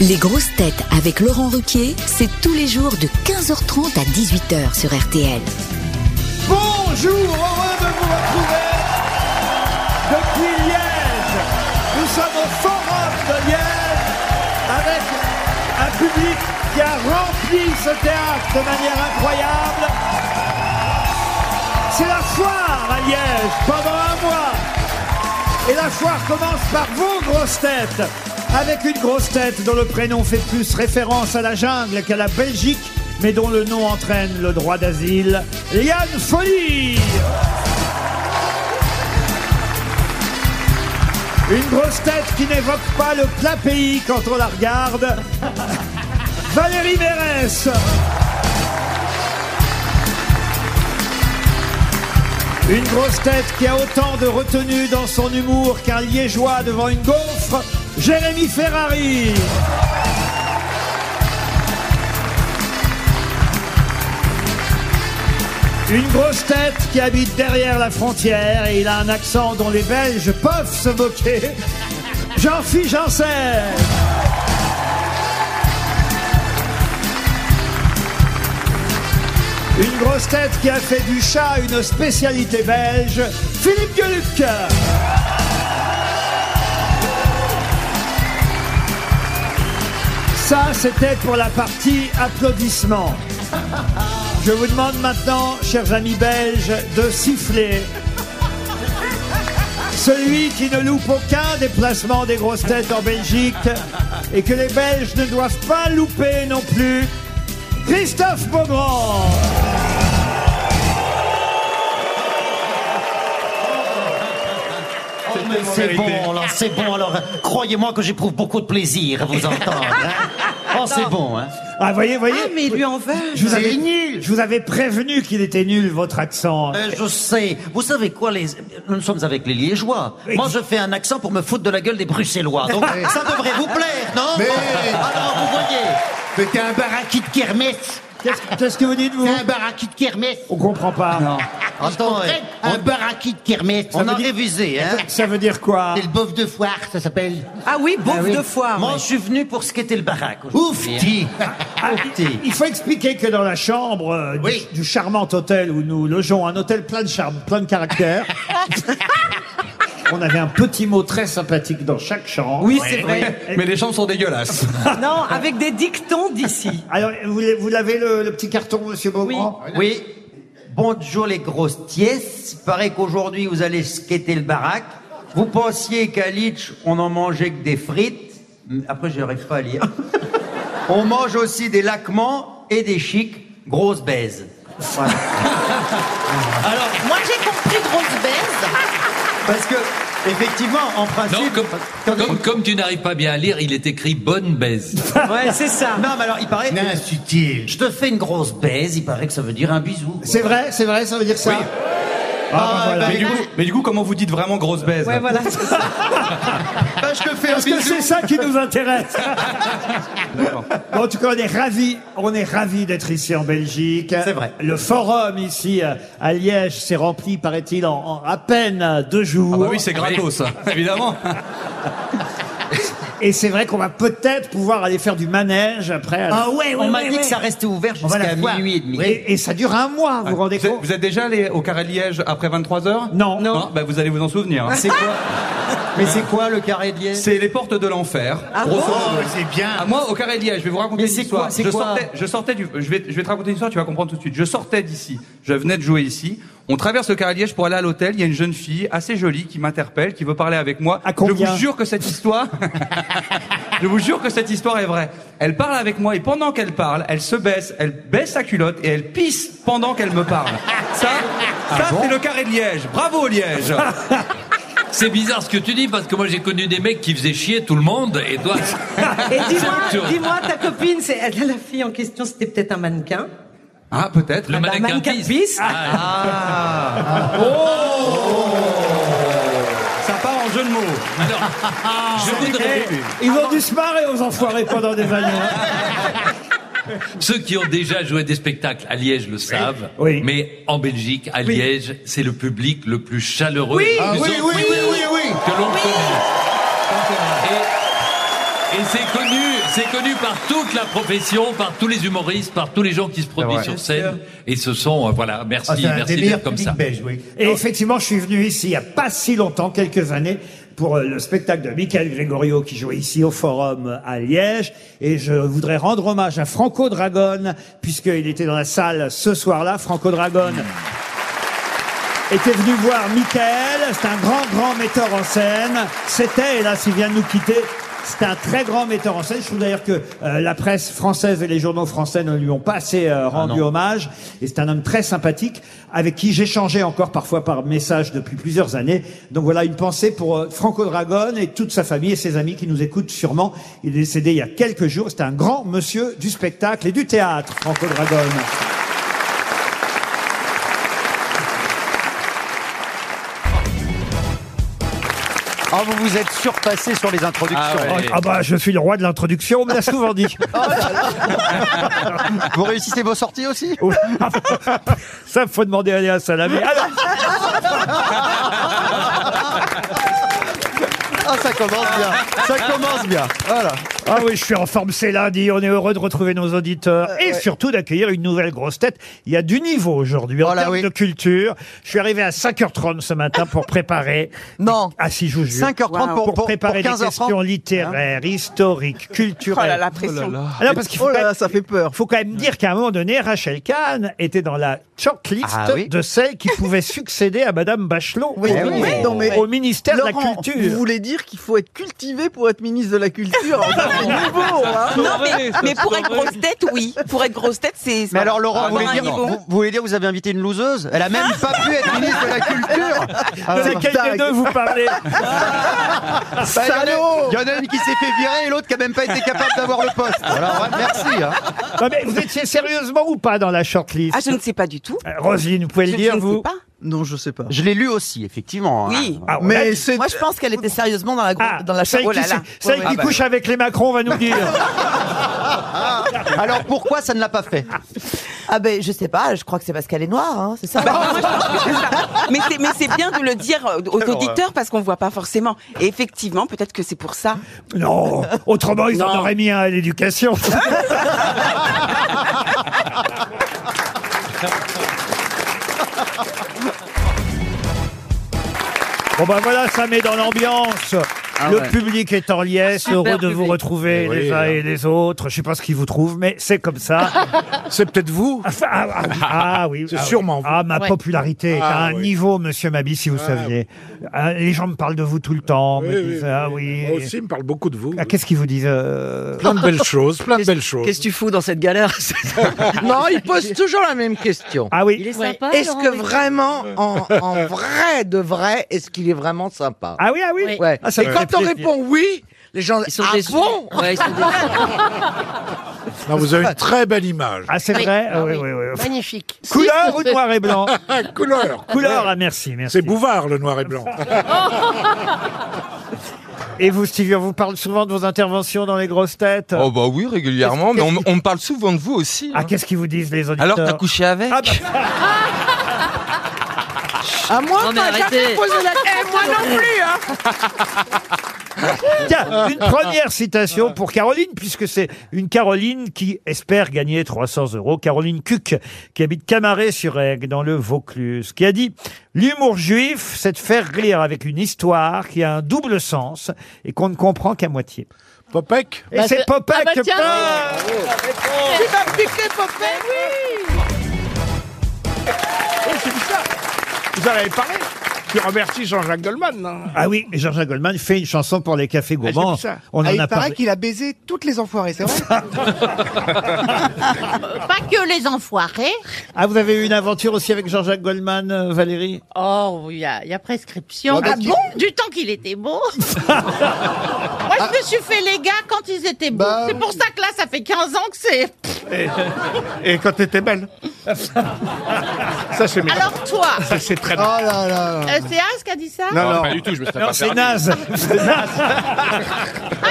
Les grosses têtes avec Laurent Ruquier, c'est tous les jours de 15h30 à 18h sur RTL. Bonjour, heureux de vous retrouver depuis Liège. Nous sommes au Forum de Liège avec un public qui a rempli ce théâtre de manière incroyable. C'est la foire à Liège pendant un mois. Et la foire commence par vos grosses têtes. Avec une grosse tête dont le prénom fait plus référence à la jungle qu'à la Belgique, mais dont le nom entraîne le droit d'asile, Liane Folie. Une grosse tête qui n'évoque pas le plat pays quand on la regarde, Valérie Mérès. Une grosse tête qui a autant de retenue dans son humour qu'un liégeois devant une gaufre, Jérémy Ferrari. Une grosse tête qui habite derrière la frontière et il a un accent dont les Belges peuvent se moquer, Jean-Philippe Janssen. Une grosse tête qui a fait du chat une spécialité belge, Philippe Gueluc. Ça, c'était pour la partie applaudissements. Je vous demande maintenant, chers amis belges, de siffler celui qui ne loupe aucun déplacement des grosses têtes en Belgique et que les Belges ne doivent pas louper non plus, Christophe Beaugrand. C'est bon, alors c'est bon, alors croyez-moi que j'éprouve beaucoup de plaisir à vous entendre. hein. Oh, c'est bon, hein. Ah, voyez, voyez. Ah, mais il lui en veut. je vous C'est avais, nul. Je vous avais prévenu qu'il était nul, votre accent. Euh, je sais. Vous savez quoi, les... nous sommes avec les Liégeois. Moi, je fais un accent pour me foutre de la gueule des Bruxellois. Donc, ça devrait vous plaire, non Mais- Alors, vous voyez, Mais t'es un baraque, baraki de kermesse. Qu'est-ce qu'est-ce que vous dites, vous t'es un baraki de kermesse. On comprend pas. Attends, Prête, eh, un baraki de kermesse. on a Ça veut dire- révisé, hein. Ça veut dire quoi C'est le bof de foire, ça s'appelle. Ah oui, bouffe de foire. Moi, je suis venu pour ce qu'était le baraque. hein. Ouf, ti. Ah, il- Il faut expliquer que dans la chambre euh, du- Oui. du, charmant hôtel où nous logeons, un hôtel plein de charme, plein de caractère, on avait un petit mot très sympathique dans chaque chambre. Oui, c'est vrai. Mais les chambres sont dégueulasses. Non, avec des dictons d'ici. Alors, vous, l'avez- vous l'avez le, le petit carton, monsieur Beaugrand Oui. Bonjour les grosses tiesses. Il paraît qu'aujourd'hui vous allez skater le baraque. Vous pensiez qu'à Litch, on en mangeait que des frites. Hum, Après, je n'arrive pas à lire. On mange aussi des laquements et des chics. Grosses baises. Voilà. Alors, moi, j'ai compris grosse baise. Parce que, effectivement, en principe. Non, comme, comme, comme tu n'arrives pas bien à lire, il est écrit bonne baise. Ouais, c'est ça. Non, mais alors, il paraît. Non, subtil. Je te fais une grosse baise, il paraît que ça veut dire un bisou. quoi. C'est vrai, c'est vrai, ça veut dire ça Ah, bah, voilà. Mais du, coup, mais du coup, comment vous dites vraiment grosse baise Ouais, voilà. c'est ça. Bah, je te fais un Parce que bisou. c'est ça qui nous intéresse. Bon, en tout cas, on est ravis, on est ravis d'être ici en Belgique. C'est vrai. Le forum ici euh, à Liège s'est rempli, paraît-il, en, en à peine euh, deux jours. Ah bah oui, c'est gratos, ça, évidemment. Et c'est vrai qu'on va peut-être pouvoir aller faire du manège après. à la- Ah ouais, ouais, On m'a ouais, dit ouais. que ça restait ouvert On va la jusqu'à voir. minuit et demi. Et, et ça dure un mois, vous vous rendez Vous êtes, compte vous êtes déjà allé au Carré de Liège après 23 heures Non. Non. bah, vous allez vous en souvenir. C'est quoi Mais c'est quoi le carré de Ah. liège C'est les portes de l'enfer. Ah grosso Oh, modo. c'est bien. Ah, moi, au Carré de Liège, je vais vous raconter Mais une c'est histoire. quoi- c'est je, quoi sortais, je sortais du, je vais, je vais te raconter une histoire, tu vas comprendre tout de suite. Je sortais d'ici. Je venais de jouer ici. On traverse le Carré de Liège pour aller à l'hôtel. Il y a une jeune fille assez jolie qui m'interpelle, qui veut parler avec moi. À je combien vous jure que cette histoire, je vous jure que cette histoire est vraie. Elle parle avec moi et pendant qu'elle parle, elle se baisse, elle baisse sa culotte et elle pisse pendant qu'elle me parle. Ça, ça c'est le Carré de Liège. Bravo Liège. C'est bizarre ce que tu dis parce que moi j'ai connu des mecs qui faisaient chier tout le monde et toi. Ah, Et C'est dis-moi, absurde. dis-moi, ta copine, c'est elle, la fille en question, c'était peut-être un mannequin. Ah peut-être. Le Bah, mannequin pisse. pisse. Ah. Ça part en jeu de mots. Alors, je voudrais Ils ont dû se marrer aux enfoirés pendant des années. hein. ceux qui ont déjà joué des spectacles à Liège le savent. Oui. Mais en Belgique, à Liège, c'est le public le plus chaleureux, Oui. et le Ah plus oui, oui, oui, enthousiaste oui, oui. que l'on connaisse. Et, et c'est connu. c'est connu par toute la profession, par tous les humoristes, par tous les gens qui se produisent vrai. sur scène. Et ce sont, euh, voilà, merci, Ah, c'est un merci des d'être meilleurs comme publics ça. belges, oui. Et effectivement, je suis venu ici il n'y a pas si longtemps, quelques années, pour euh, le spectacle de Michael Gregorio qui jouait ici au Forum euh, à Liège. Et je voudrais rendre hommage à Franco Dragone, puisqu'il était dans la salle ce soir-là. Franco Dragone était venu voir Michael. C'est un grand, grand metteur en scène. C'était, et là, s'il vient de nous quitter, c'est un très grand metteur en scène. Je trouve d'ailleurs que euh, la presse française et les journaux français ne lui ont pas assez euh, rendu hommage. Et c'est un homme très sympathique avec qui j'échangeais encore parfois par message depuis plusieurs années. Donc voilà une pensée pour euh, Franco Dragone et toute sa famille et ses amis qui nous écoutent sûrement. Il est décédé il y a quelques jours. C'était un grand monsieur du spectacle et du théâtre, Franco Dragone. Oh, vous vous êtes surpassé sur les introductions. Ah ouais. Ah bah je suis le roi de l'introduction, on me l'a souvent dit. Vous réussissez vos sorties aussi Ça, faut demander à Léa Salamé. Alors, Ah, ça commence bien. Ça commence bien. Voilà. Ah oui, je suis en forme, c'est lundi. On est heureux de retrouver nos Euh, auditeurs et surtout d'accueillir une nouvelle grosse tête. Il y a du niveau aujourd'hui en Oh là termes oui. de culture. Je suis arrivé à 5h30 ce matin pour préparer. Non. Ah si, je vous jure. 5h30 pour- pour- préparer pour 15h30. des questions littéraires, historiques, culturelles. Hein Oh là, la pression. Ah non, parce qu'il faut, Oh quand là là, même- ça fait peur. faut quand même dire qu'à un moment donné, Rachel Kahn était dans la shortlist Ah oui. de celles qui pouvaient succéder à Madame Bachelot Oui, au- oui, oui. Non, mais- au ministère de la Laurent, Culture. vous voulez dire qu'il faut être cultivé pour être ministre de la Culture Ça, C'est nouveau, hein Non, mais- mais pour être grosse tête, oui. Pour être grosse tête, c'est. Mais alors, Laurent, Ah, vous, voulez non, dire, un niveau. vous, vous voulez dire vous avez invité une loseuse Elle a même pas pu être ministre de la Culture Ah, De ouais. laquelle des deux vous parlez Bah, il y en a- Il y en a une qui s'est fait virer et l'autre qui a même pas été capable d'avoir le poste. Alors, ouais, merci. hein. Non, mais vous étiez sérieusement ou pas dans la shortlist Ah, je ne sais pas du tout. Euh, Roselyne, vous pouvez Je, le je dire, ne vous sais pas. Non, je sais pas. Je l'ai lu aussi, effectivement. hein. Oui. Ah, on a- Mais c'est. Moi, je pense qu'elle était sérieusement dans la, oh Ah, celle qui, s'est- celle qui Ah, couche bah. avec les Macron va nous dire. Alors, pourquoi ça ne l'a pas fait Ah ben, je sais pas. Je crois que c'est parce qu'elle est noire, c'est ça. Oh. mais c'est mais c'est bien de le dire aux auditeurs parce qu'on voit pas forcément. Et effectivement, peut-être que c'est pour ça. non, autrement ils en Non. auraient mis un à l'éducation. Bon ben voilà, ça met dans l'ambiance. le public est en liesse, Super heureux de vous public. retrouver les uns et les autres. Je sais pas ce qu'ils vous trouvent, mais c'est comme ça. C'est peut-être vous. Ah, ah, ah, oui, C'est ah, sûrement oui. vous. Ah, ma Ouais. popularité est à Ah, un oui. niveau, monsieur Mabi, si vous saviez. Ah, les gens me parlent de vous tout le temps. me Oui, disent, oui, ah oui. oui. Moi aussi, il me parle beaucoup de vous. Ah, Qu'est-ce qu'ils vous disent euh, Plein de belles choses, plein de belles choses. que tu fous dans cette galère Non, il pose toujours la même question. Ah oui. sympa, Est-ce que vraiment, en, en vrai de vrai, est-ce qu'il est vraiment sympa Ah oui, ah oui. Ouais. Ah, Et ça me quand fait on plaisir. répond oui, les gens Ils sont ah déçus. bon Ouais, ils sont déçus. Non, vous avez une très belle image. Ah, c'est vrai Ah oui, oui, oui. Magnifique. Couleur ou noir et blanc Ah, couleur. Couleur, ah merci, C'est merci. Bouvard, le noir et blanc. Et vous, Stevie, on vous parle souvent de vos interventions dans les grosses têtes Oh bah oui, régulièrement, mais on, on me parle souvent de vous aussi. Ah, qu'est-ce qu'ils vous disent, les auditeurs Alors t'as couché avec Ah, bah, À moi, Non, mais pas, arrêtez. jamais posé la question. moi non plus, hein Tiens, une première citation pour Caroline, puisque c'est une Caroline qui espère gagner 300 euros. Caroline Cuc, qui habite Camaret sur Aigle, dans le Vaucluse, qui a dit « L'humour juif, c'est de faire rire avec une histoire qui a un double sens et qu'on ne comprend qu'à moitié. Popek » Et c'est Popek Paul Tu m'as piqué, Popet Vous en avez parlé Tu remercies Jean-Jacques Goldman. hein. Ah oui, et Jean-Jacques Goldman fait une chanson pour les cafés gourmands. j'ai vu ça. Ah, On en a parlé. qu'il a baisé toutes les enfoirées, c'est vrai Pas que les enfoirés. Ah, vous avez eu une aventure aussi avec Jean-Jacques Goldman, euh, Valérie Oh, il y, a il y a prescription. Oh, Ouais, bah, Ah qui- bon Du temps qu'il était beau. Moi, Ah. je me suis fait les gars quand ils étaient beaux. Bah, c'est pour ça que là, ça fait 15 ans que c'est. Et quand t'étais belle. Ça, c'est mes- Alors, toi, Ça, c'est très bien. euh, c'est As qui a dit ça Non, non. Pas du tout, je me serais Non, pas c'est permis. naze. Ah,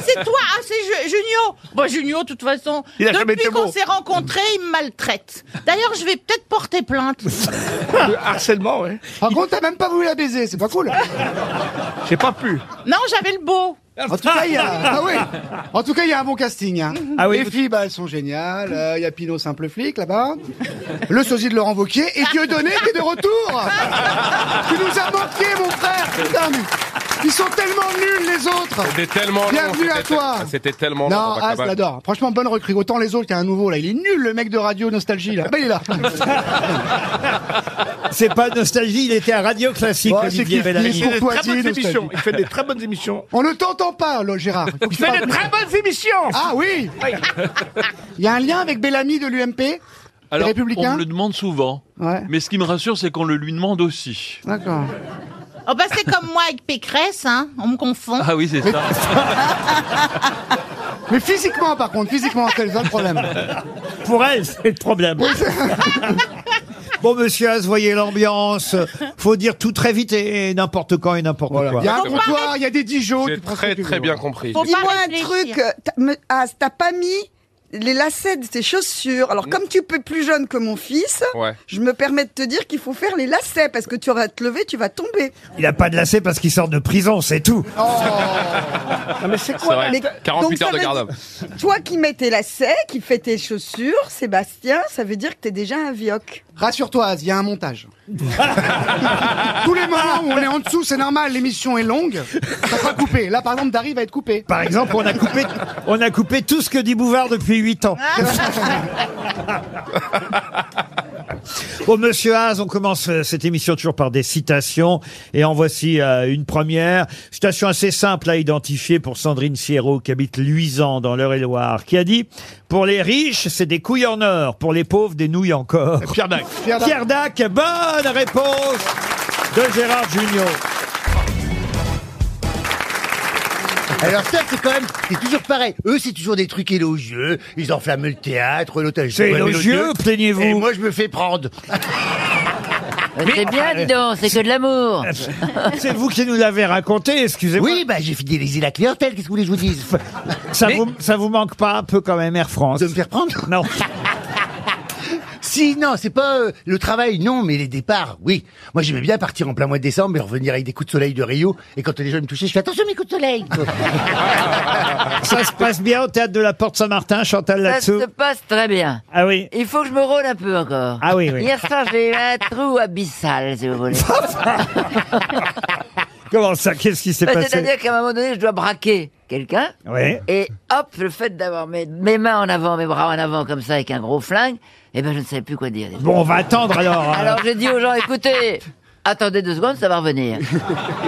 c'est toi Ah, c'est Ju- Junio Bon, Junio, de toute façon, Il a jamais depuis été qu'on beau. s'est rencontrés, il me maltraite. D'ailleurs, je vais peut-être porter plainte. Le harcèlement, ouais. Par contre, t'as même pas voulu la baiser, c'est pas cool. J'ai pas pu. Non, j'avais le beau. En tout cas, il y a, ah oui. En tout cas, il y a un bon casting. hein. Ah oui, Les vous- filles, bah, elles sont géniales. Euh, Il y a Pino, simple flic, là-bas. Le sosie de Laurent Wauquiez. Et Dieudonné qui est de retour. tu nous as manqué, mon frère. Putain, mais ils sont tellement nuls, les autres. C'était tellement long. Bienvenue à c'était- toi. C'était tellement long. Non, on va ah, quand je même- l'adore. Franchement, bonne recrue. Autant les autres, il y a un nouveau, là. Il est nul, le mec de Radio Nostalgie, là. Bah, il est là. C'est pas nostalgie, il était à Radio Classique. Ouais, Olivier c'est Bellamy. Cliff, Il fait des Courtoisie, très bonnes nostalgie. émissions. Il fait des très bonnes émissions. On ne t'entend pas, là, Gérard. Il faut que Il tu fait parles des plus. très bonnes émissions. Ah oui Il y a un lien avec Bellamy de l'UMP Alors, on Républicain me le demande souvent. Ouais. Mais ce qui me rassure, c'est qu'on le lui demande aussi. D'accord. Oh bah c'est comme moi avec Pécresse, hein, on me confond. Ah oui, c'est ça. Mais physiquement, par contre, physiquement, c'est le seul problème. Pour elle, c'est le problème. Bon, monsieur As, voyez l'ambiance. Faut dire tout très vite et et n'importe quand et n'importe quoi. Il y a un comptoir, il y a des Dijon. J'ai très très bien compris. Dis-moi un truc, euh, t'as- me- ah, t'as pas mis les lacets de tes chaussures. Alors, comme tu peux plus jeune que mon fils, Mm. Ouais. je me permets de te dire qu'il faut faire les lacets parce que tu vas te lever, tu vas tomber. Il a pas de lacet parce qu'il sort de prison, c'est tout. mais c'est quoi Mais- donc 48 ça heures de veut garde-robe. dire- Toi qui mets tes lacets, qui fais tes chaussures, Sébastien, ça veut dire que t'es déjà un vioc. Rassure-toi, Az, il y a un montage. Tous les moments où on est en dessous, c'est normal, l'émission est longue, ça sera coupé. Là, par exemple, Dari va être coupé. Par exemple, on a coupé, on a coupé tout ce que dit Bouvard depuis 8 ans. Bon, monsieur Haas, on commence euh, cette émission toujours par des citations. Et en voici euh, une première. Citation assez simple à identifier pour Sandrine Sierro, qui habite Luisan, dans l'Eure-et-Loire, qui a dit « Pour les riches, c'est des couilles en or. Pour les pauvres, des nouilles encore. » Pierre Dac. Pierre Dac. Pierre Dac, bonne réponse de Gérard Junior. Alors ça, c'est quand même, c'est toujours pareil. Eux, c'est toujours des trucs élogieux. Ils enflamment le théâtre, l'hôtel. C'est élogieux, plaignez-vous. Et moi, je me fais prendre. C'est bien, dis donc, c'est que de l'amour. C'est vous qui nous l'avez raconté, excusez-moi. Oui, bah j'ai fidélisé la clientèle, qu'est-ce que vous voulez que je vous dise Ça, vous, ça vous manque pas un peu quand même Air France De me faire prendre Non. Si, non, c'est pas euh, le travail, non, mais les départs, oui. Moi, j'aimais bien partir en plein mois de décembre et revenir avec des coups de soleil de Rio. Et quand les gens me touchaient, je fais attention mes coups de soleil. Ça se passe bien au théâtre de la Porte Saint-Martin, Chantal Ça là-dessous se passe très bien. Ah oui. Il faut que je me rôle un peu encore. Ah oui, oui. Hier soir, j'ai eu un trou abyssal, si vous voulez. Comment ça Qu'est-ce qui s'est Bah, passé C'est-à-dire qu'à un moment donné, je dois braquer quelqu'un. Oui. Et hop, le fait d'avoir mes, mes mains en avant, mes bras en avant comme ça avec un gros flingue, eh ben je ne savais plus quoi dire. Bon, on va attendre alors. hein. Alors j'ai dit aux gens, écoutez, attendez deux secondes, ça va revenir.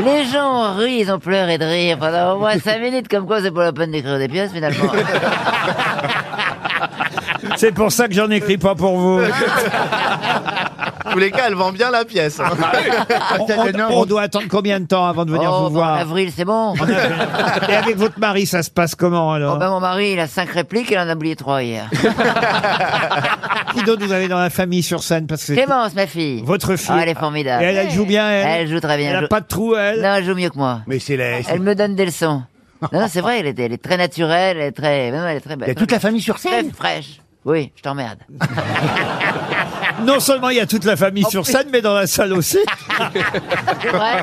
Les gens ont ri, ils ont pleuré de rire pendant au moins cinq minutes, comme quoi c'est pas la peine d'écrire des pièces finalement. C'est pour ça que j'en écris pas pour vous. Euh, tous les cas, elle vend bien la pièce. Ah, hein. bah On, on- on doit attendre combien de temps avant de venir Oh, bah, vous voir En avril, c'est bon. Et avec votre mari, ça se passe comment Oh, alors bah, mon mari, il a cinq répliques, il en a oublié trois hier. bah, Qui d'autre vous avez dans la famille sur scène parce que Clémence, ma fille. Votre fille. Ah, elle est formidable. Et elle, elle joue bien, elle Elle joue très bien. Elle a joue- pas de trou, elle Non, elle joue mieux que moi. Mais c'est la... c'est- Elle me donne des leçons. Non, non, c'est vrai, elle est, elle est très naturelle, elle est très, non, elle est très belle. Il y a toute la famille sur scène Très fraîche. Oui, je t'emmerde. Non seulement il y a toute la famille sur scène, mais dans la salle aussi. C'est vrai.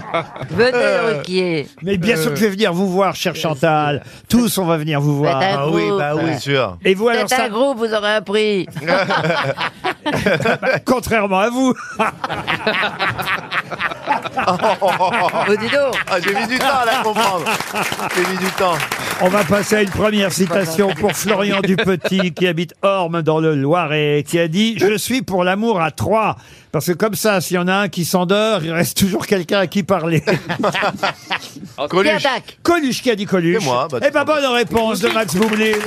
Venez, Ruquier. Mais bien sûr que je vais venir vous voir, cher Chantal. Tous, on va venir vous voir. Faites un Ah groupe. bah Ouais. Et vous, alors, Faites ça, un groupe, vous aurez un prix. contrairement à vous. Oh, dis donc. Ah, J'ai mis du temps à la comprendre. J'ai mis du temps. On va passer à une première citation pour Florian Dupetit, qui habite Orme dans le Loiret, qui a dit « Je suis pour l'amour à trois ». Parce que comme ça, s'il y en a un qui s'endort, il reste toujours quelqu'un à qui parler. Coluche. Coluche, qui a dit Coluche C'est moi, bah, Eh ben, bonne réponse de Max Boublil.